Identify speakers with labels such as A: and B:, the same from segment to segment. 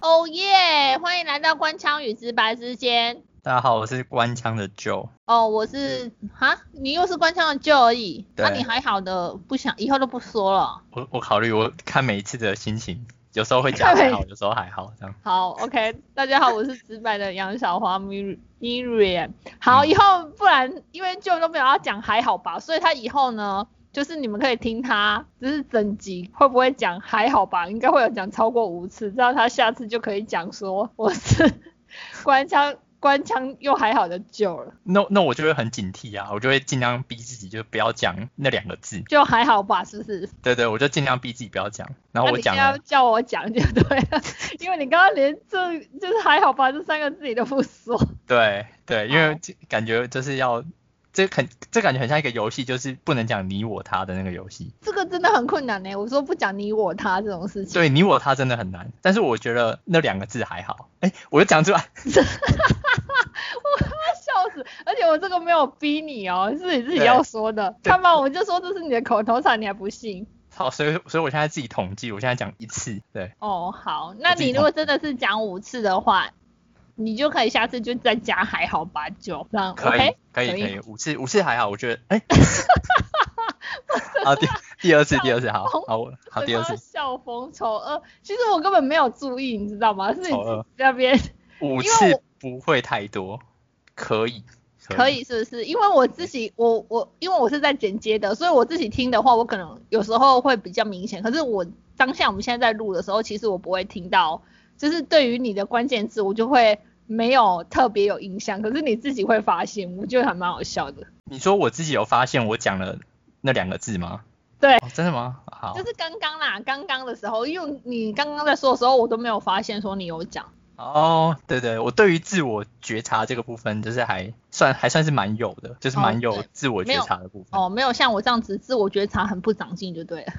A: 哦耶！欢迎来到官腔与直白之间。
B: 大家好，我是官腔的 Joe。
A: 哦，我是哈，你又是官腔的 Joe 而已。啊
B: 对
A: 那、你还好的，不想以后都不说了。
B: 我我考虑，我看每一次的心情，有时候会加还好，有时候还好这样。
A: 好，OK，大家好，我是直白的杨小花 Mir- Miriam。好，以后不然因为 Joe 都没有要讲还好吧，所以他以后呢，就是你们可以听他，就是整集会不会讲还好吧，应该会有讲超过五次，这样他下次就可以讲说我是 官腔官腔又还好的 Joe 了。
B: 那那我就会很警惕啊，我就会尽量逼自己，就不要讲那两个字。
A: 就还好吧，是不是？
B: 对对，我就尽量逼自己不要讲。然后
A: 那
B: 我
A: 你现
B: 讲
A: 在要
B: 了，
A: 叫我讲就对了，因为你刚刚连这就是还好吧这三个字你都不说。
B: 对对，因为
A: 好
B: 这感觉就是要，这很这感觉很像一个游戏，就是不能讲你我他的那个游戏。
A: 这个真的很困难呢、我说不讲你我他这种事情，
B: 对你我他真的很难，但是我觉得那两个字还好。哎，我就讲出来，
A: 笑死！而且我这个没有逼你哦，是你自己
B: 对
A: 要说的。
B: 对
A: 看吧，我就说这是你的口头禅，你还不信？
B: 好，所以所以我现在自己统计，我现在讲一次，对，
A: 哦，好，那
B: 我自己
A: 你如果真的是讲五次的话，你就可以下次就再加还好吧就这样
B: 可以
A: OK？
B: 可以
A: 可以
B: 可以，五次五次还好，我觉得 哎，啊好第第二次第二次好好我好第二
A: 真的要
B: 次
A: 笑疯丑恶，其实我根本没有注意，你知道吗？是你
B: 丑
A: 自
B: 恶
A: 己那边。
B: 五
A: 因为
B: 次
A: 我
B: 不会太多，可以
A: 可以是不是？因为我自己，我我因为我是在剪接的，所以我自己听的话，我可能有时候会比较明显。可是我当下我们现在在录的时候，其实我不会听到，就是对于你的关键字，我就会没有特别有印象。可是你自己会发现，我觉得还蛮好笑的。
B: 你说我自己有发现我讲了那两个字吗？
A: 对
B: 哦真的吗？好
A: 就是刚刚啦，刚刚的时候，因为你刚刚在说的时候，我都没有发现说你有讲。
B: 哦，对对，我对于自我觉察这个部分，就是还算还算是蛮有的，就是
A: 哦
B: 蛮有
A: 对
B: 自我
A: 没
B: 觉
A: 有
B: 察的部分。
A: 哦，没有像我这样子自我觉察很不长进就对了。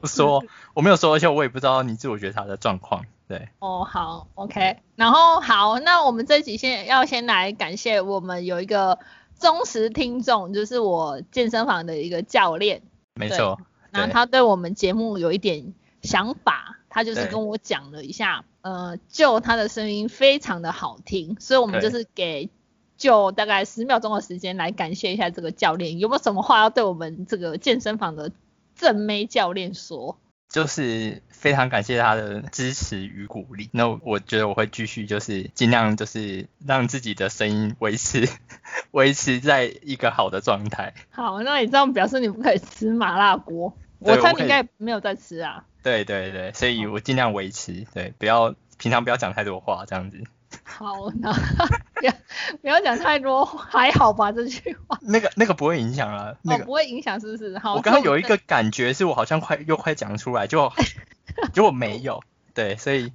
B: 不说，我没有说，而且我也不知道你自我觉察的状况。对，
A: 哦，好，OK，然后好，那我们这集先要先来感谢我们有一个忠实听众，就是我健身房的一个教练，
B: 没
A: 对
B: 错，
A: 然后
B: 对
A: 他对我们节目有一点想法，他就是
B: 对
A: 跟我讲了一下，呃，就他的声音非常的好听，所以我们就
B: 对
A: 是给就大概十秒钟的时间来感谢一下这个教练，有没有什么话要对我们这个健身房的正妹教练说？
B: 就是非常感谢他的支持与鼓励。那我觉得我会继续就是尽量就是让自己的声音维持 维持在一个好的状态。
A: 好，那你这样表示你不可以吃麻辣锅。我
B: 对
A: 猜你
B: 我可以
A: 应该也没有在吃啊。
B: 对对对，所以我尽量维持，对，不要平常不要讲太多话这样子。
A: 好，那不要不要讲太多，还好吧这句话，
B: 那个那个不会影响啊，那
A: 哦
B: 个、
A: 不会影啊响是不是？好，
B: 我刚刚
A: 所以
B: 有一个感觉是我好像快又快讲出来，就 结果没有，对，所以
A: 们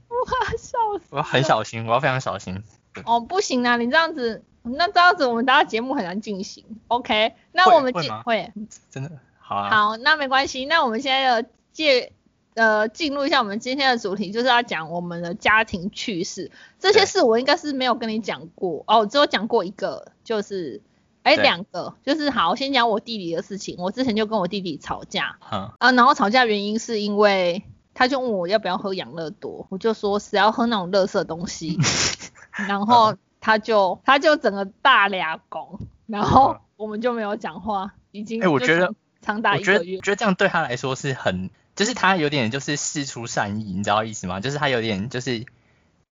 A: 笑死。
B: 我要很小心，我要非常小心。
A: 哦，不行啊，你这样子，那这样子我们大家节目很难进行。OK，那
B: 会
A: 我们
B: 会
A: 进
B: 吗
A: 会
B: 真的好啊，
A: 好，那没关系，那我们现在的介呃进入一下我们今天的主题，就是要讲我们的家庭趣事。这些
B: 对
A: 事我应该是没有跟你讲过哦，我只有讲过一个，就是哎
B: 对
A: 两个，就是好，先讲我弟弟的事情。我之前就跟我弟弟吵架
B: 嗯，
A: 啊，然后吵架原因是因为。他就问我要不要喝养乐多，我就说谁要喝那种垃圾东西， 然后
B: 嗯
A: 他就他就整个大俩拱，然后
B: 嗯
A: 我们就没有讲话，已经
B: 哎我
A: 就
B: 觉得
A: 长长达
B: 我
A: 一
B: 觉
A: 个
B: 得
A: 月。
B: 觉得这样对他来说是很，就是他有点就是事出善意，你知道意思吗？就是他有点就是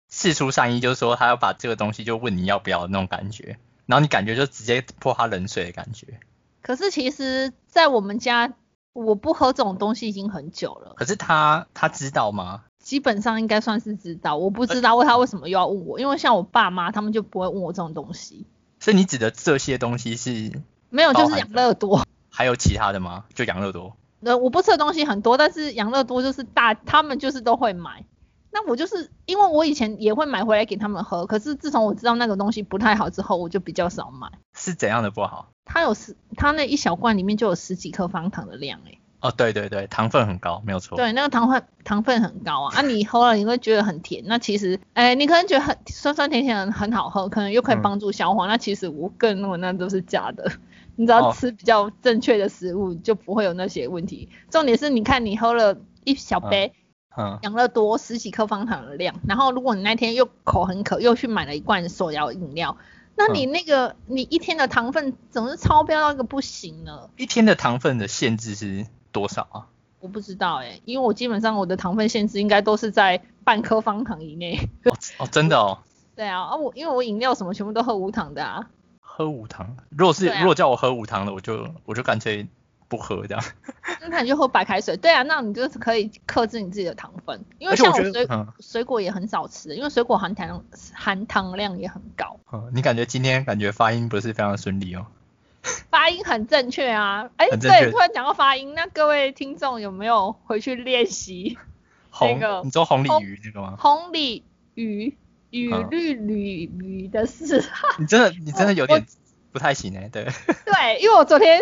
B: 事出善意，就是说他要把这个东西就问你要不要那种感觉，然后你感觉就直接泼他冷水的感觉。
A: 可是其实，在我们家，我不喝这种东西已经很久了，
B: 可是他他知道吗？
A: 基本上应该算是知道。我不知
B: 呃
A: 道为他为什么又要问我，因为像我爸妈他们就不会问我这种东西。
B: 所以你指的这些东西是
A: 没有，
B: 包
A: 就是
B: 含
A: 养乐多。
B: 还有其他的吗？就养乐多。
A: 呃，我不吃的东西很多，但是养乐多就是大，他们就是都会买。那我就是因为我以前也会买回来给他们喝，可是自从我知道那个东西不太好之后，我就比较少买。
B: 是怎样的不好？
A: 它有十，它那一小罐里面就有十几克方糖的量哎、
B: 哦，对对对，糖分很高，没有错。
A: 对，那个糖分糖分很高啊，啊你喝了你会觉得很甜，那其实，哎、你可能觉得很酸酸甜甜很很好喝，可能又可以
B: 嗯
A: 帮助消化，那其实我个人认为那都是假的。 你只要
B: 哦
A: 吃比较正确的食物，就不会有那些问题。重点是，你看你喝了一小杯，
B: 嗯，
A: 养乐多十几颗方糖的量，然后如果你那天又口很渴，又去买了一罐手摇饮料，那
B: 嗯
A: 你那个、你一天的糖分总是超标到一个不行了。
B: 一天的糖分的限制是多少啊？
A: 我不知道哎、因为我基本上我的糖分限制应该都是在半颗方糖以内。
B: 哦哦，真的哦，
A: 对啊，啊我因为我饮料什么全部都喝无糖的啊。
B: 喝无糖。如果是、
A: 对啊
B: 如果叫我喝无糖的，我就我就干脆不喝这样。
A: 那那你就喝白开水，对啊，那你就是可以克制你自己的糖分，因为
B: 而且我
A: 像
B: 觉
A: 我水
B: 得嗯
A: 水果也很少吃，因为水果含糖含糖量也很高，
B: 嗯，你感觉今天感觉发音不是非常顺利哦？
A: 发音很正确啊，哎、
B: 很正确
A: 对，突然讲到发音，那各位听众有没有回去练习
B: 红，
A: 那个
B: 你说红鲤
A: 红
B: 鱼那个吗？
A: 红鲤鱼与
B: 嗯
A: 绿鲤鱼的事？
B: 你真的你真的有
A: 哦我
B: 点不太行哎、对，
A: 对，因为我昨天。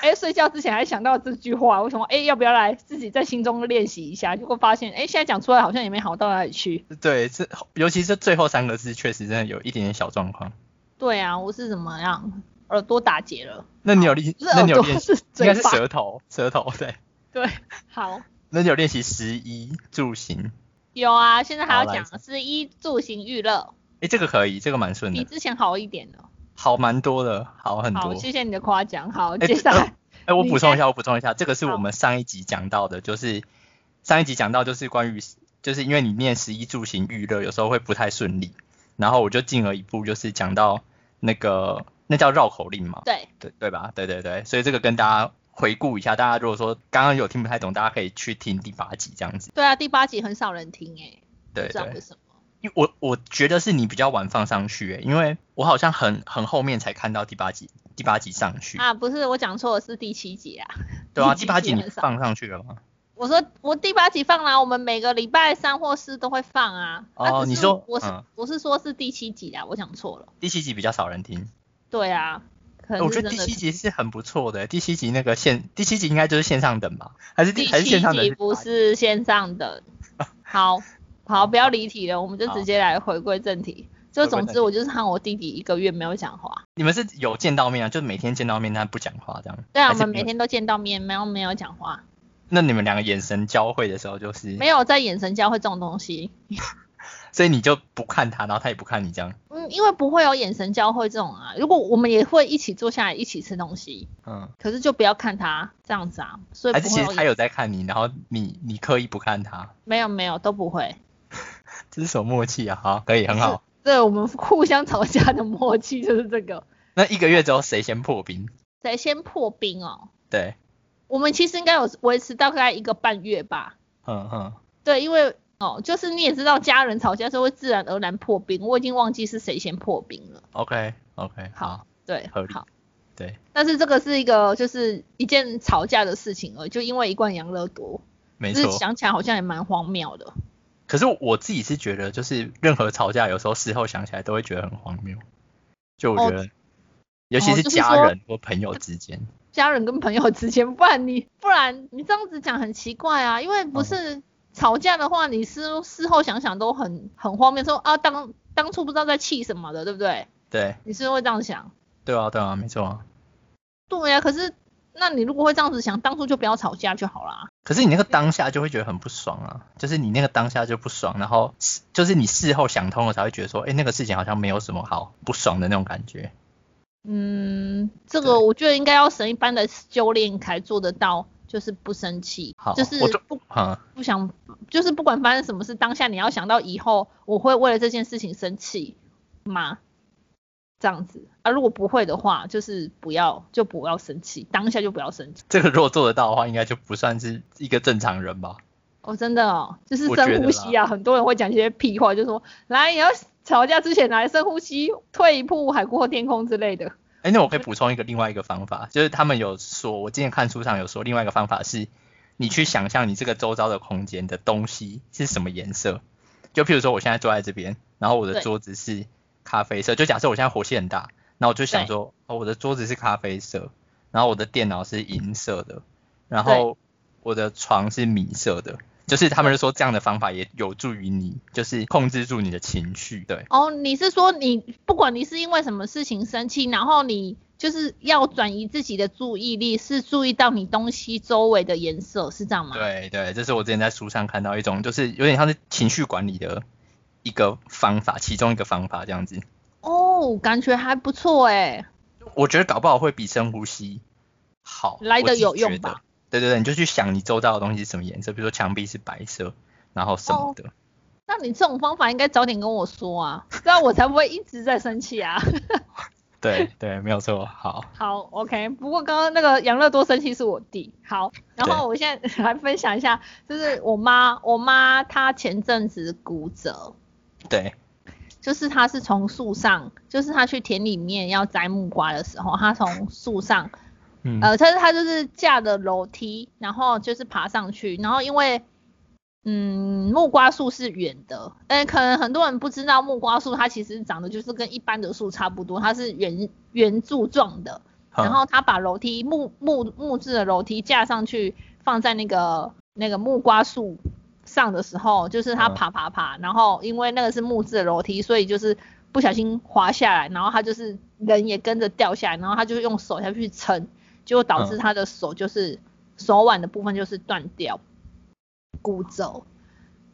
A: 哎、睡觉之前还想到这句话，我想说，哎、要不要来自己在心中练习一下？结果发现，哎、现在讲出来好像也没好到哪里去。
B: 对，这尤其是最后三个字，确实真的有一点点小状况。
A: 对啊，我是怎么样？耳朵打结了，
B: 那你有练？
A: 不是
B: 那
A: 耳
B: 你有
A: 朵
B: 练？
A: 是
B: 应
A: 哦嘴
B: 该是
A: 巴。
B: 舌头，舌头对。
A: 对，好，
B: 那你有练习十一住行？
A: 有啊，现在还要
B: 好来
A: 讲是衣住行娱乐，
B: 哎、这个可以，这个蛮顺
A: 比
B: 的，
A: 之前好一点了。
B: 好蛮多的，好很
A: 好，
B: 多。
A: 谢谢你的夸奖。好，
B: 哎
A: 接下来，
B: 哎、我
A: 你
B: 补充一
A: 先
B: 下，我补充一下，这个是
A: 好
B: 我们上一集讲到的，就是上一集讲到就是关于，就是因为你念十一住行娱乐有时候会不太顺利，然后我就进而一步就是讲到那个那叫绕口令嘛，
A: 对，
B: 对对吧？对对对，所以这个跟大家回顾一下，大家如果说刚刚有听不太懂，大家可以去听第八集这样子。
A: 对啊，第八集很少人听诶、
B: 对
A: 不知道为
B: 对，
A: 什么。
B: 因为我我觉得是你比较晚放上去、欸，因为我好像很很后面才看到第八集，第八集上去，
A: 啊，不是，我讲错了，是第七集啊。
B: 对 啊，
A: 第七
B: 第八
A: 集
B: 集你
A: 很少
B: 放上去了吗？
A: 我说我第八集放啦，我们每个礼拜三或四都会放啊。啊
B: 哦
A: 只
B: 你
A: 是
B: 说
A: 我是、
B: 嗯
A: 我是说是第七集啊，我讲错了。
B: 第七集比较少人听。
A: 对啊，可能
B: 我
A: 是
B: 觉得
A: 真
B: 第
A: 的
B: 七集是很不错的，第七集那个线，第七集应该就是线上等吧？还是第还是线上
A: 第七
B: 等
A: 集不是线上 的。好好，不要离题了，我们就
B: 好
A: 直接来回归正题。就
B: 回归
A: 总
B: 正
A: 之，我就是和我弟弟一个月没有讲话。
B: 你们是有见到面啊？就每天见到面，但不讲话这样。
A: 对啊，我
B: 还是
A: 们
B: 没
A: 每
B: 有。
A: 天都见到面，没有没有讲话，
B: 那你们两个眼神交汇的时候，就是
A: 没有在眼神交汇这种东西。
B: 所以你就不看他，然后他也不看你这样。
A: 嗯，因为不会有眼神交汇这种啊。如果我们也会一起坐下来一起吃东西，
B: 嗯，
A: 可是就不要看他这样子啊。所以
B: 还
A: 不
B: 是
A: 会
B: 其
A: 有
B: 实他
A: 眼
B: 有在看你，然后你你刻意不看他，
A: 没有没有都不会。
B: 这是什么默契啊？好，可以很好。
A: 对我们互相吵架的默契就是这个，
B: 那一个月之后谁先破冰？
A: 谁先破冰哦。
B: 对，
A: 我们其实应该有维持大概一个半月吧。
B: 嗯嗯，
A: 对，因为哦，就是你也知道，家人吵架是会自然而然破冰。我已经忘记是谁先破冰了。
B: ，OK OK，
A: 好，，对，
B: 合理
A: 好。
B: 对，
A: 但是这个是一个就是一件吵架的事情而已，就因为一罐养乐多，
B: 没
A: 就是
B: 错。
A: 想起来好像也蛮荒谬的。
B: 可是我自己是觉得，就是任何吵架，有时候事后想起来都会觉得很荒谬。就我觉得，尤其
A: 哦
B: 是
A: 就是
B: 家
A: 说
B: 人或朋友之间，
A: 家人跟朋友之间，不然你不然你这样子讲很奇怪啊，因为不是吵架的话，你事事后想想都很很荒谬，说啊当当初不知道在气什么的，对不对？
B: 对
A: 你是不是会这样想？
B: 对啊对啊，没错啊。
A: 对呀、可是那你如果会这样子想，当初就不要吵架就好啦。
B: 可是你那个当下就会觉得很不爽啊，就是你那个当下就不爽，然后事就是你事后想通了才会觉得说，哎、那个事情好像没有什么好不爽的那种感觉。
A: 嗯，这
B: 对
A: 个我觉得应该要神一般的修炼才做得到，就是不生气
B: 好，
A: 就是
B: 我就
A: 不
B: 嗯，
A: 不想，就是不管发生什么事，当下你要想到以后我会为了这件事情生气吗？这样子啊，如果不会的话，就是不要就不要生气，当下就不要生气。
B: 这个如果做得到的话，应该就不算是一个正常人吧。
A: 哦，真的哦，就是
B: 我觉
A: 深
B: 得
A: 呼吸啊，很多人会讲一些屁话，就说来你要吵架之前来深呼吸，退一步海阔天空之类的。
B: 哎、那我可以补充一个另外一个方法，就是他们有说，我之前看书上有说，另外一个方法是，你去想象你这个周遭的空间的东西是什么颜色。就譬如说，我现在坐在这边，然后我的
A: 对
B: 桌子是咖啡色，就假设我现在火气很大，那我就想
A: 对
B: 说，哦，我的桌子是咖啡色，然后我的电脑是银色的，然后我的床是米色的。就是他们就说这样的方法也有助于你，就是控制住你的情绪，对。
A: 哦，你是说你不管你是因为什么事情生气，然后你就是要转移自己的注意力，是注意到你东西周围的颜色，是这样吗？
B: 对对，这是我之前在书上看到一种，就是有点像是情绪管理的一个方法，其中一个方法这样子。
A: 哦，感觉还不错哎。
B: 我觉得搞不好会比深呼吸好
A: 来得
B: 我自己
A: 有用
B: 觉得
A: 吧？
B: 对对对，你就去想你周遭的东西是什么颜色，比如说墙壁是白色，然后什么的。
A: 哦那你这种方法应该早点跟我说啊，这样我才不会一直在生气啊。
B: 对对，没有错。好，
A: 好，OK。不过刚刚那个养乐多生气是我弟。好，然后我现在 来分享一下，就是我妈，我妈她前阵子骨折，呃
B: 对
A: 就是她是从树上，就是她去田里面要摘木瓜的时候，她从树上，
B: 嗯
A: 呃，但是她就是架了楼梯，然后就是爬上去，然后因为。嗯，木瓜树是圆的，哎，可能很多人不知道木瓜树它其实长得就是跟一般的树差不多，它是圆圆柱状的，
B: 好
A: 然后他把楼梯木木木质的楼梯架上去，放在那个那个木瓜树上的时候，就是他
B: 嗯
A: 爬爬爬，然后因为那个是木质的楼梯，所以就是不小心滑下来，然后他就是人也跟着掉下来，然后他就用手下去撑，结果导致
B: 嗯
A: 他的手就是、手腕的部分就是断掉，骨折。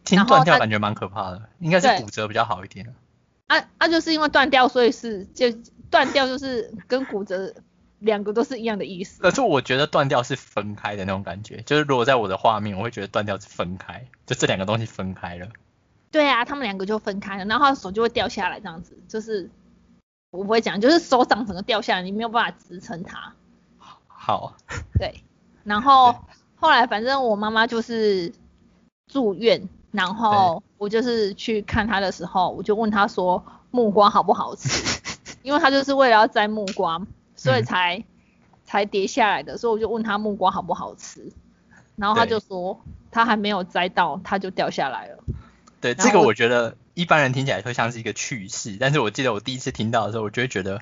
B: 听
A: 然后
B: 断掉
A: 他
B: 感觉蛮可怕的，应该
A: 对
B: 是骨折比较好一点。
A: 啊啊，就是因为断掉，所以是就断掉就是跟骨折两个都是一样的意思。
B: 可是我觉得断掉是分开的那种感觉，就是如果在我的画面，我会觉得断掉是分开，就这两个东西分开了。
A: 对啊，他们两个就分开了，然后他的手就会掉下来，这样子就是我不会讲，就是手掌整个掉下来，你没有办法支撑它。
B: 好，
A: 对，然后
B: 对
A: 后来反正我妈妈就是住院，然后我就是去看她的时候，我就问她说木瓜好不好 吃，因为她就是为了要摘木瓜，所以
B: 嗯
A: 才、才跌下来的，所以我就问她木瓜好不好吃，然后她就
B: 对
A: 说她还没有摘到，她就掉下来了。
B: 对，
A: 然后
B: 这个
A: 我
B: 我觉得一般人听起来会像是一个趣事，但是我记得我第一次听到的时候，我就会觉得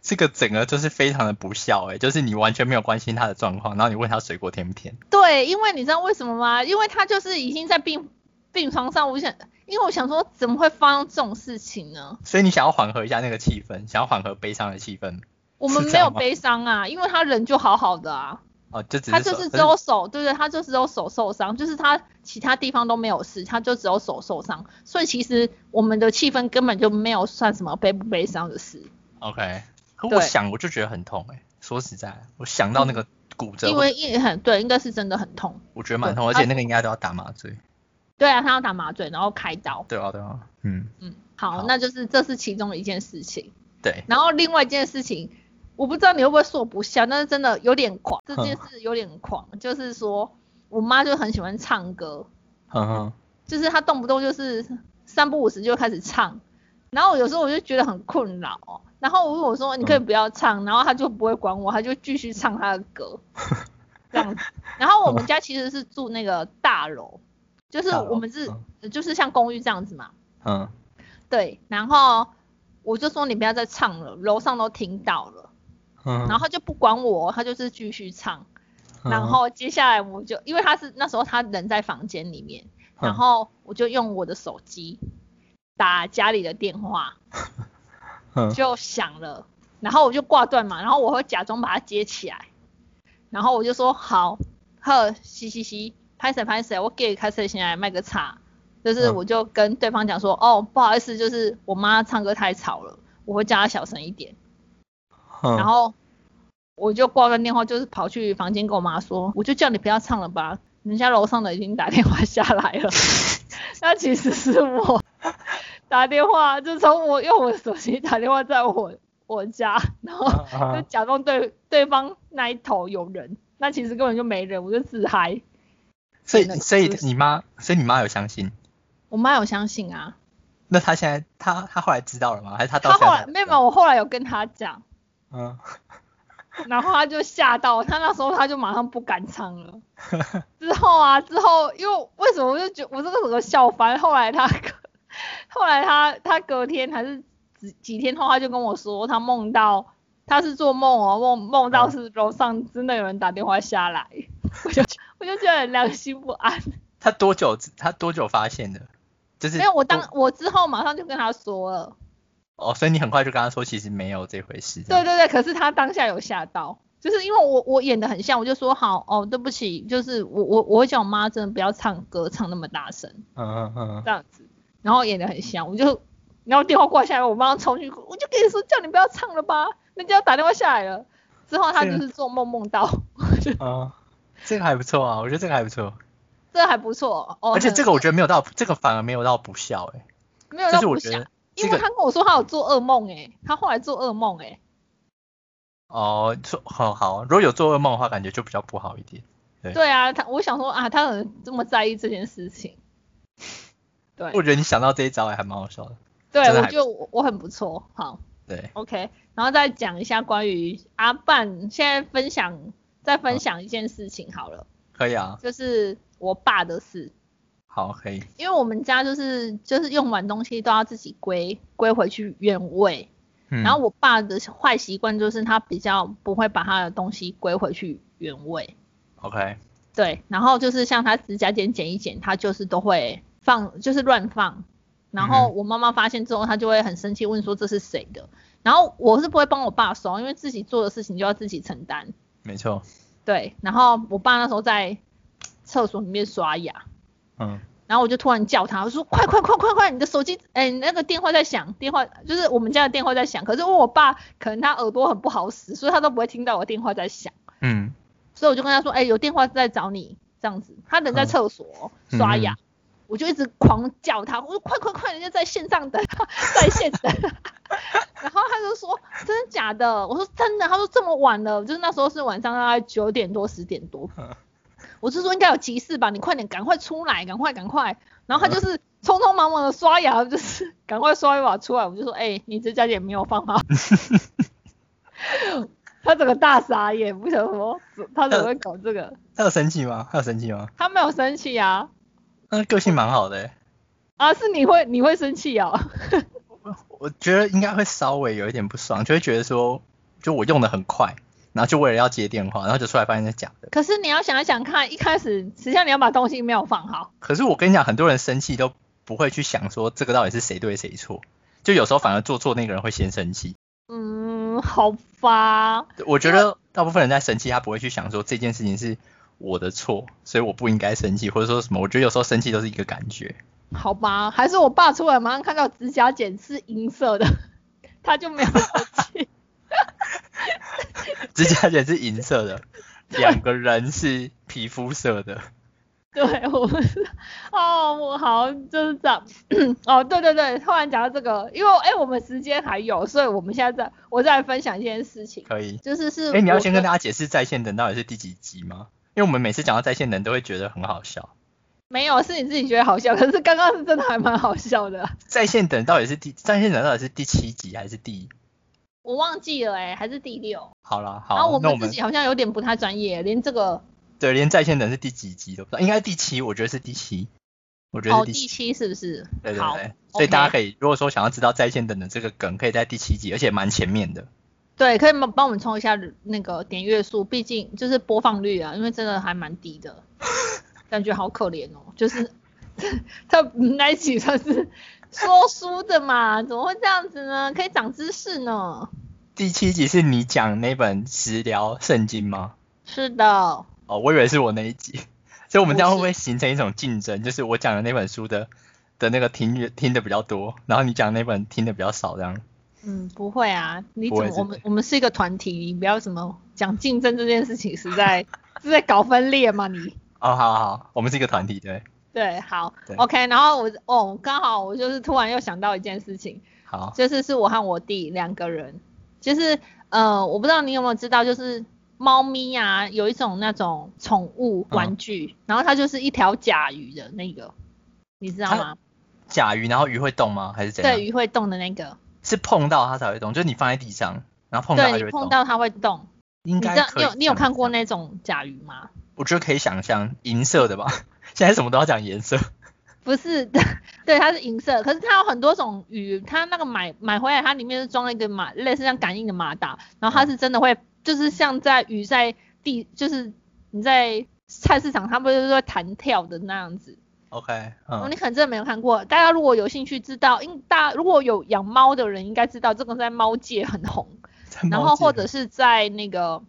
B: 这个整个就是非常的不孝哎、就是你完全没有关心他的状况，然后你问他水果甜不甜，
A: 对，因为你知道为什么吗？因为他就是已经在病病床上，我想，因为我想说怎么会发生这种事情呢？
B: 所以你想要缓和一下那个气氛，想要缓和悲伤的气氛
A: 我们
B: 是
A: 没
B: 这
A: 有
B: 样吗
A: 悲伤啊，因为他人就好好的啊，
B: 哦，就只是
A: 他就
B: 说
A: 是只
B: 但
A: 有手，对不对？他就只有手受伤，就是他其他地方都没有事，他就只有手受伤，所以其实我们的气氛根本就没有算什么悲不悲伤的事，
B: OK，可
A: 对
B: 我想我就觉得很痛哎、说实在，我想到那个骨折，
A: 嗯因为也很对，应该是真的很痛。
B: 我觉得蛮痛，
A: 对啊
B: 而且那个应该都要打麻醉，
A: 对啊，他要打麻醉，然后开刀。
B: 对啊对啊，嗯，
A: 嗯，好，
B: 好
A: 那就是这是其中的一件事情。
B: 对，
A: 然后另外一件事情，我不知道你会不会说我不孝，但是真的有点狂，这件事有点狂，就是说我妈就很喜欢唱歌，
B: 哼哼，
A: 就是她动不动就是三不五时就开始唱，然后有时候我就觉得很困扰、哦，然后我问我说你可以不要唱，然后她就不会管我，她就继续唱她的 歌，这样子。然后我们家其实是住那个大楼，就是
B: 大楼
A: 我们是
B: 嗯
A: 就是像公寓这样子嘛，
B: 嗯，
A: 对，然后我就说你不要再唱了，楼上都听到了。
B: 哼
A: 然后他就不管我，他就是继续唱。
B: 嗯
A: 然后接下来我就，因为他是那时候他人在房间里面，
B: 嗯
A: 然后我就用我的手机打家里的电话，
B: 嗯
A: 就响了，然后我就挂断嘛，然后我会假装把它接起来，然后我就说好，呵，嘻嘻嘻，拍谁拍谁，我给开车先来卖个叉，就是
B: 嗯
A: 我就跟对方讲说，哦，不好意思，就是我妈唱歌太吵了，我会叫她小声一点。
B: 嗯
A: 然后我就挂断电话，就是跑去房间跟我妈说，我就叫你不要唱了吧，人家楼上的已经打电话下来了。 那其实是我 打电话，就从我用我的手机打电话在我我家，然
B: 嗯
A: 后就
B: 后
A: 假装对对方那一头有人，那其实根本就没人，我就自嗨。
B: 所
A: 那
B: 以
A: 个
B: 所以
A: 就是
B: 你妈，所以你妈有相信？
A: 我妈有相信啊，
B: 那她现在她她后来知道了吗？还是她到
A: 她
B: 现在
A: 后来
B: 才
A: 没有，没有我后来有跟她讲，
B: 嗯，
A: 然后他就吓到，他那时候他就马上不敢唱了。之后啊，之后因为为什么我就觉我这个整个笑翻，后来他后来他他隔天还是几几天后，他就跟我说他梦到他是做梦哦，梦梦到是楼上真的有人打电话下来， 我就我就觉得很良心不安。
B: 她多久她多久发现的？就是
A: 没有，我当
B: 多
A: 我之后马上就跟他说了，
B: 哦，所以你很快就跟他说，其实没有这回事。这
A: 对
B: 样
A: 对对，可是他当下有吓到，就是因为我我演的很像，我就说好哦，对不起，就是我我我会叫我妈真的不要唱歌唱那么大声
B: 嗯嗯嗯，
A: 这样子，然后演的很像，我就然后电话挂下来，我马上冲去，我就跟你说叫你不要唱了吧，人家要打电话下来了。之后他
B: 这
A: 就
B: 个
A: 是做梦梦到，
B: 哦， 这个还不错啊，我觉得这个还不错，
A: 这还不错哦。
B: 而且
A: 很
B: 这个我觉得没有到，这个反而没有到不孝哎、
A: 没有
B: 就
A: 到
B: 是我
A: 不
B: 觉
A: 想
B: 得，
A: 因
B: 这
A: 为
B: 个
A: 他跟我说他有做噩梦哎、他后来做噩梦哎、
B: 哦，说好好，如果有做噩梦的话，感觉就比较不好一点。对
A: 对啊，他我想说啊，他很这么在意这件事情，对
B: 我觉得你想到这一招也还蛮好笑的。
A: 对，
B: 真的
A: 我
B: 还
A: 觉得我我很不错，好。
B: 对，
A: OK，然后再讲一下关于阿半，现在分享再分享一件事情好了，
B: 可以啊，
A: 就是我爸的事，
B: 好，可以。
A: 因为我们家就是就是用完东西都要自己归归回去原位，
B: 嗯，
A: 然后我爸的坏习惯就是他比较不会把他的东西归回去原位，
B: OK，
A: 对，然后就是像他指甲剪剪一剪，他就是都会放，就是乱放。然后
B: 嗯哼
A: 我妈妈发现之后，她就会很生气，问说这是谁的。然后我是不会帮我爸收，因为自己做的事情就要自己承担。
B: 没错，
A: 对，然后我爸那时候在厕所里面刷牙，
B: 嗯
A: 然后我就突然叫他，我说快快快快快，你的手机，哎、你那个电话在响，电话就是我们家的电话在响。可是因为我爸可能他耳朵很不好使，所以他都不会听到我电话在响。
B: 嗯
A: 所以我就跟他说，哎、有电话在找你，这样子。他人在厕所、哦
B: 嗯
A: 刷牙，我就一直狂叫他，我说快快快，人家在线上等， 在线等。 然后他就说真的假的？我说真的。他说这么晚了，就是那时候是晚上大概九点多十点多
B: 嗯。
A: 我是说应该有急事吧，你快点赶快出来，赶快赶快。然后他
B: 嗯
A: 就是匆匆忙忙的刷牙，就是 赶快刷一把出来。我就说，哎、你指甲剪没有放好。 他整个大傻眼，不想说他怎么会搞这个？
B: 他有生气吗？他有生气吗？
A: 他没有生气啊，
B: 那个性蛮好的、欸，
A: 啊是你会你会生气哦，
B: 我觉得应该会稍微有一点不爽，就会觉得说，就我用的很快，然后就为了要接电话，然后就出来发现是假的。
A: 可是你要想一想看，一开始实际上你要把东西没有放好，
B: 可是我跟你讲，很多人生气都不会去想说这个到底是谁对谁错，就有时候反而做错那个人会先生气。
A: 嗯，好吧，
B: 我觉得大部分人在生气，他不会去想说这件事情是我的错，所以我不应该生气，或者说什么。我觉得有时候生气都是一个感觉。
A: 好吧，还是我爸出来马上看到指甲剪是银色的， 他就没有生 气，
B: 指甲剪是银色的，两个人是皮肤色的。
A: 对我们是哦，我好就是这样，哦对对对，突然讲到这个，因为哎、我们时间还有，所以我们现在在我再来分享一件事情，
B: 可以。
A: 就是是
B: 哎、你要
A: 我
B: 先跟大家解释在线等到底是第几集吗？因为我们每次讲到在线等都会觉得很好笑。
A: 没有，是你自己觉得好笑，可是刚刚是真的还蛮好笑的，啊
B: 在线等到底是第在线等到底是第七集还是第？
A: 我忘记了哎、还是第六。
B: 好啦，好，
A: 然后啊我们
B: 那我
A: 自
B: 们
A: 己好像有点不太专业，连这个
B: 对连在线等是第几集都不知道，应该第七，我觉得是第七，我觉得
A: 哦
B: 是
A: 第
B: 第七，
A: 七是不是？
B: 对对
A: 好
B: 对，所以大家
A: OK
B: 可以如果说想要知道在线等的这个梗，可以在第七集，而且蛮前面的。
A: 对，可以帮帮我们冲一下那个点阅数，毕竟就是播放率啊，因为真的还蛮低 的，感觉好可怜哦。就是 他嗯那一起算是说书的嘛，怎么会这样子呢？可以长知识呢。
B: 第七集是你讲那本食疗圣经吗？
A: 是的，
B: 哦，我以为是我那一集，所以我们
A: 不
B: 这样
A: 是
B: 会不会形成一种竞争？就是我讲的那本书的的那个听阅听的比较多，然后你讲的那本听的比较少，这样
A: 嗯，不会啊，你怎
B: 不
A: 么
B: 会是
A: 我们我们是一个团体，你不要什么讲竞争这件事情是在是在搞分裂吗你？
B: 哦，好好好，我们是一个团体，对，
A: 对，好
B: 对
A: ，OK，然后我哦，刚好我就是突然又想到一件事情，
B: 好，
A: 就是是我和我弟两个人，就是呃，我不知道你有没有知道，就是猫咪啊，有一种那种宠物
B: 嗯
A: 玩具，然后它就是一条甲鱼的那个，你知道
B: 它
A: 吗？
B: 甲鱼，然后鱼会动吗？还是怎样？
A: 对，鱼会动的那个，
B: 是碰到它才会动，就是你放在地上，然后碰到它
A: 对
B: 就
A: 你
B: 会
A: 碰
B: 动。
A: 到它会动，
B: 应
A: 你知
B: 该
A: 道你
B: 可以
A: 有你有
B: 想
A: 看过
B: 象？
A: 那种甲鱼吗？
B: 我觉得可以想象银色的吧， 现在什么都要讲颜色。
A: 不是， 对，它是银色，可是它有很多种鱼，它那个买买回来，它里面是装了一个马，类似像感应的马达，然后它是真的会，就是像在鱼在地，就是你在菜市场，它不是会弹跳的那样子，
B: OK，
A: 哦，
B: 嗯
A: 你可能真的没有看过。大家如果有兴趣知道，应大如果有养猫的人应该知道，这个在猫界很红。
B: 在
A: 然
B: 猫
A: 后或
B: 界
A: 者是在那个，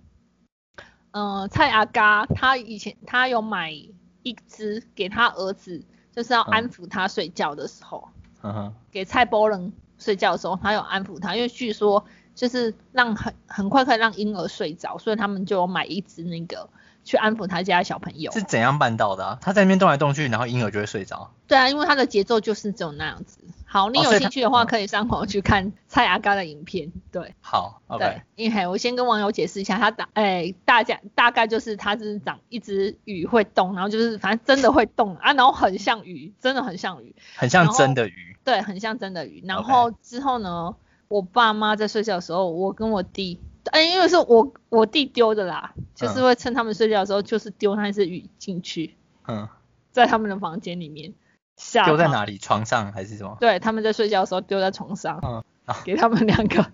A: 嗯，蔡阿嘎他以前他有买一只给他儿子，就是要安抚他睡觉的时候，
B: 嗯哼
A: 给蔡波人睡觉的时候，他有安抚他，因为据说就是让很很快可以让婴儿睡着，所以他们就有买一只那个去安抚他家的小朋友。
B: 是怎样办到的、啊？他在那边动来动去，然后婴儿就会睡着。
A: 对啊，因为他的节奏就是只有那样子。好，你
B: 哦
A: 有
B: 所以
A: 兴
B: 它
A: 趣的话，
B: 嗯
A: 可以上网去看蔡阿嘎的影片。对。
B: 好
A: 对
B: ，OK，，
A: 因为我先跟网友解释一下，它大哎、大家大概就是它就是长一只鱼会动，然后就是反正真的会动 啊，然后很像鱼，真的很像鱼，
B: 很
A: 然
B: 像
A: 后
B: 真的鱼。
A: 对，很像真的鱼。然后之后呢，我爸妈在睡觉的时候，我跟我弟，哎、因为是我我弟丢的啦，就是会趁他们睡觉的时候，就是丢那只鱼进去，
B: 嗯，
A: 在他们的房间里面，吓
B: 丢在
A: 到
B: 哪里？床上还是什么？
A: 对，他们在睡觉的时候丢在床上，
B: 嗯啊
A: 给他们两个，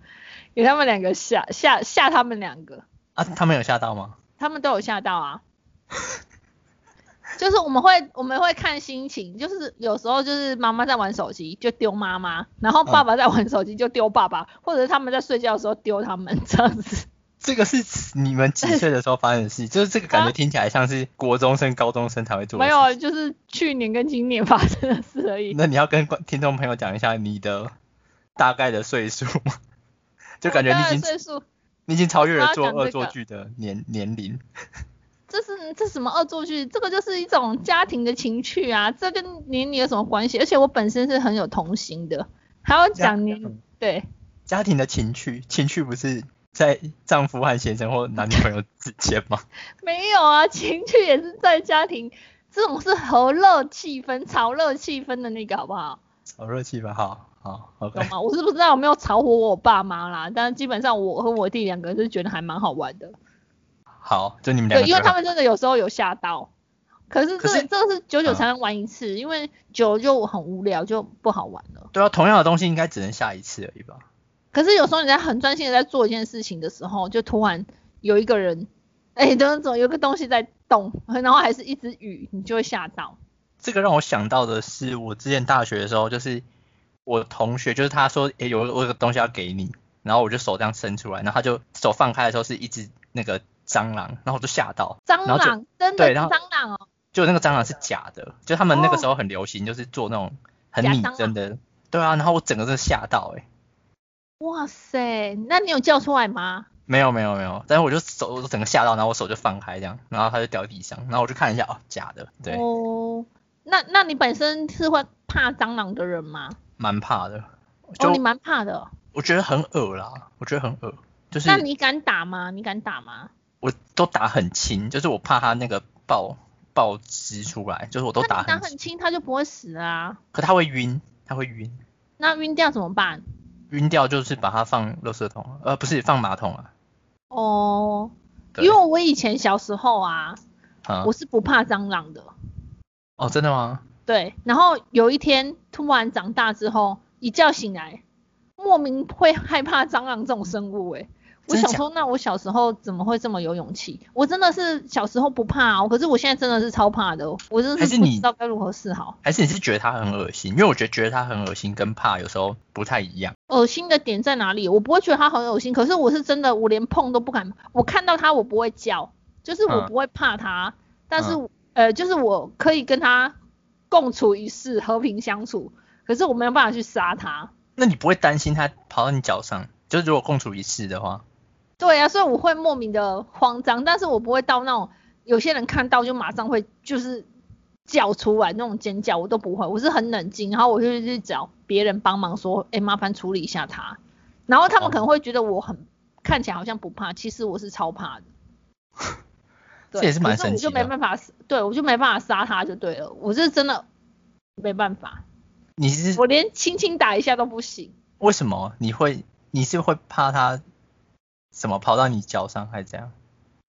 A: 给他们两个吓吓吓他们两个，
B: 啊，他们有吓到吗？
A: 他们都有吓到啊。 就是我们会我们会看心情，就是有时候就是妈妈在玩手机就丢妈妈，然后爸爸在玩手机就丢爸
B: 嗯
A: 爸，或者是他们在睡觉的时候丢他们这样子。
B: 这个是你们几岁的时候发生 的事？就是这个感觉听起来像是国中生、高中生才会做的
A: 没
B: 事。
A: 有，啊就是去年跟今年发生的事而已。
B: 那你要跟观听众朋友讲一下你的大概的岁数吗？ 就感觉你
A: 我
B: 已
A: 的
B: 经
A: 岁数，
B: 你已经超越
A: 我要
B: 了做
A: 讲这
B: 恶作
A: 个
B: 剧的年年龄。
A: 这是这什么恶作剧？这个就是一种家庭的情趣啊，这跟年龄有什么关系？而且我本身是很有童心的，还要讲年
B: 嗯
A: 对
B: 家庭的情趣，情趣不是在丈夫和先生或男女朋友之间吗？
A: 没有啊，情趣也是在家庭，这种是和乐气氛、炒热气氛的那个，好不好？
B: 好热气吧，好好，OK
A: 懂。吗？我是不知道有没有炒火我爸妈啦，但基本上我和我弟两个人是觉得还蛮好玩的，
B: 好，就你们嗯
A: 对，
B: 两个
A: 因
B: 觉
A: 为
B: 得
A: 他
B: 好。
A: 们真的有时候有吓到。可是这
B: 可是嗯
A: 这个是久久才能玩一次，因为久了就很无聊，就不好玩了。
B: 对啊，同样的东西应该只能下一次而已吧？
A: 可是有时候你在很专心的在做一件事情的时候，就突然有一个人，哎、等等，总有个东西在动，然后还是一只雨，你就会吓到。
B: 这个让我想到的是，我之前大学的时候，就是我同学，就是他说，诶、有我有个东西要给你，然后我就手这样伸出来，然后他就手放开的时候是一只那个蟑螂，然后我就吓到，
A: 蟑
B: 然后就
A: 螂，真的
B: 对
A: 是
B: 然后
A: 蟑螂哦，
B: 就那个蟑螂是假的，就他们那个
A: 哦
B: 时候很流行，就是做那种
A: 假
B: 很拟
A: 蟑
B: 真的，对啊，然后我整个真的吓到、诶，
A: 哇塞，那你有叫出来吗？
B: 没有没有没有，但是我就手我整个吓到，然后我手就放开这样，然后它就掉地上，然后我就看一下，哦，假的，对，
A: 哦，那那你本身是会怕蟑螂的人吗？
B: 蛮怕的，就
A: 哦，你蛮怕的。
B: 我觉得很恶啦，我觉得很恶，就是
A: 那你敢打吗？你敢打吗？
B: 我都打很轻，就是我怕它那个爆爆汁出来，就是我都
A: 那
B: 打
A: 你打
B: 很轻，
A: 很轻，它就不会死啊。
B: 可它会晕，它会晕，
A: 那晕掉怎么办？
B: 晕掉就是把它放垃圾桶，呃，不是放马桶啊，
A: 哦，
B: 对
A: 因为我以前小时候啊，
B: 啊
A: 我，是不怕蟑螂的。
B: 哦，真的吗？
A: 对，然后有一天突然长大之后，一觉醒来，莫名会害怕蟑螂这种生物、欸。我
B: 真的
A: 想
B: 假
A: 说，那我小时候怎么会这么有勇气？我真的是小时候不怕哦，可是我现在真的是超怕的哦，我真的
B: 还
A: 是
B: 是
A: 不
B: 你
A: 知道该如何是好。
B: 还是你是觉得它很恶心？因为我觉得觉得它很恶心跟怕有时候不太一样。
A: 恶心的点在哪里？哦我不会觉得它很恶心，可是我是真的，我连碰都不敢。我看到它，我不会叫，就是我
B: 嗯
A: 不会怕它，但是、呃，就是我可以跟它共处一室，和平相处。可是我没有办法去杀它。
B: 那你不会担心它跑到你脚上？就是如果共处一室的话，
A: 对啊，所以我会莫名的慌张，但是我不会到那种有些人看到就马上会就是叫出来那种尖叫，我都不会，我是很冷静，然后我就去找别人帮忙
B: 嗯
A: 说，哎、麻烦处理一下他，然后他们
B: 哦
A: 可能会觉得我很看起来好像不怕，其实我是超 怕的。对
B: 这也是蛮
A: 可
B: 神
A: 我
B: 奇
A: 就没
B: 的
A: 办法，对我就没办法杀他就对了，我是真的没办法，
B: 你是
A: 我连轻轻打一下都不行。
B: 为什么你会？你是会怕它什么跑到你脚上还是怎样？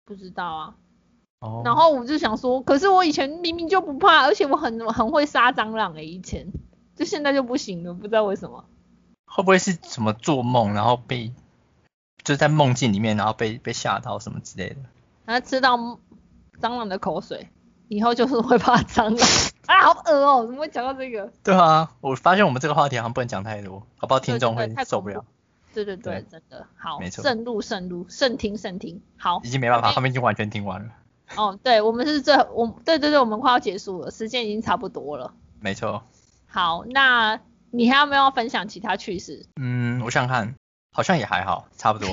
A: 不知道啊，
B: 哦，
A: 然后我就想说，可是我以前明明就不怕，而且我很很会杀蟑螂诶、以前就现在就不行了，不知道为什么。
B: 会不会是什么做梦，然后被就是在梦境里面，然后被被吓到什么之类的？
A: 然后吃到蟑螂的口水，以后就是会怕蟑螂。 啊，好恶哦、怎么会讲到这个？
B: 对啊，我发现我们这个话题好像不能讲太多，搞不好听众
A: 对
B: 会
A: 对太
B: 受
A: 恐
B: 不了，
A: 对对对，
B: 对
A: 真的好，
B: 没错
A: 慎入慎入，慎听慎听。 好，
B: 已经没办法，
A: 对
B: 他们已经完全听完了。
A: 哦，对，我们是最，我对对对，我们快要结束了，时间已经差不多了。
B: 没错，
A: 好，那你还有没有要分享其他趣事？
B: 嗯，我想想看，好像也还好，差不多。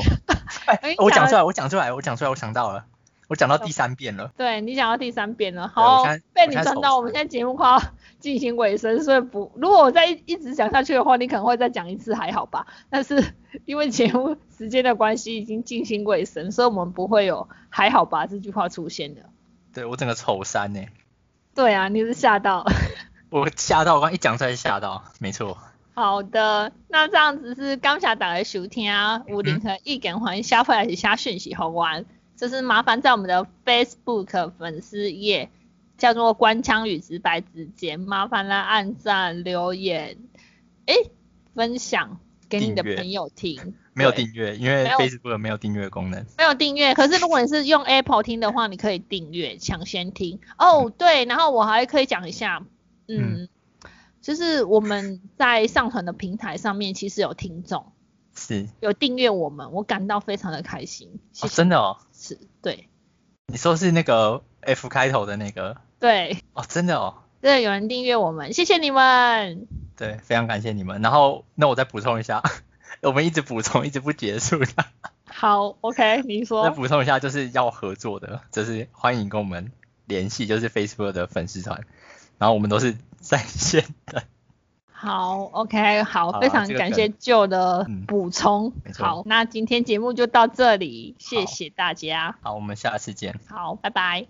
B: 哎
A: 你，
B: 我
A: 讲
B: 讲
A: 了
B: 出来，我讲出来，我讲出来，我想到了，我
A: 哦
B: 讲到第三遍了。
A: 对你讲到第三遍了，
B: 对我
A: 好
B: 现在，
A: 被
B: 我
A: 你
B: 现在
A: 赚
B: 手
A: 到，
B: 残
A: 我们现在节目快要 进行尾声，所以不，如果我再一一直讲下去的话，你可能会再讲一次，还好吧？但是因为节目时间的关系，已经进行尾声，所以我们不会有“还好吧”这句话出现的。
B: 对我整个丑三呢、
A: 对啊，你是吓到。
B: 我吓到，我刚一讲出来吓到，没错，
A: 好的，那这样子是感谢大家收听啊，有任何意见欢迎消费来写讯息给我，就是麻烦在我们的 Facebook 粉丝页叫做“官腔与直白之间”，麻烦来按赞、留言，诶，分享给你的
B: 订阅
A: 朋友听。
B: 没有
A: 对
B: 订阅，因为
A: 没有
B: Facebook 没有订阅功能。
A: 没有订阅，可是如果你是用 Apple 听的话，你可以订阅抢先听哦。对，然后我还可以讲一下，嗯，就是我们在上传的平台上面其实有听众
B: 是、
A: 有订阅我们，我感到非常的开心，谢
B: 哦，
A: 谢
B: 真的哦，
A: 是，对
B: 你说是那个 F 开头的那个
A: 对
B: 哦，真的哦，
A: 对，有人订阅我们，谢谢你们。
B: 对，非常感谢你们。然后那我再补充一下，我们一直补充，一直不结束的。
A: 好，OK，你
B: 再
A: 说
B: 补充一下，就是要合作的，就是欢迎跟我们联系，就是 Facebook 的粉丝团，然后我们都是在线的。
A: 好，OK，好，
B: 好
A: 非常
B: 这个
A: 感
B: 梗
A: 谢旧的
B: 嗯
A: 补充。
B: 没错
A: 好，那今天节目就到这里，谢
B: 好
A: 谢大家。
B: 好，我们下次见。
A: 好，拜拜。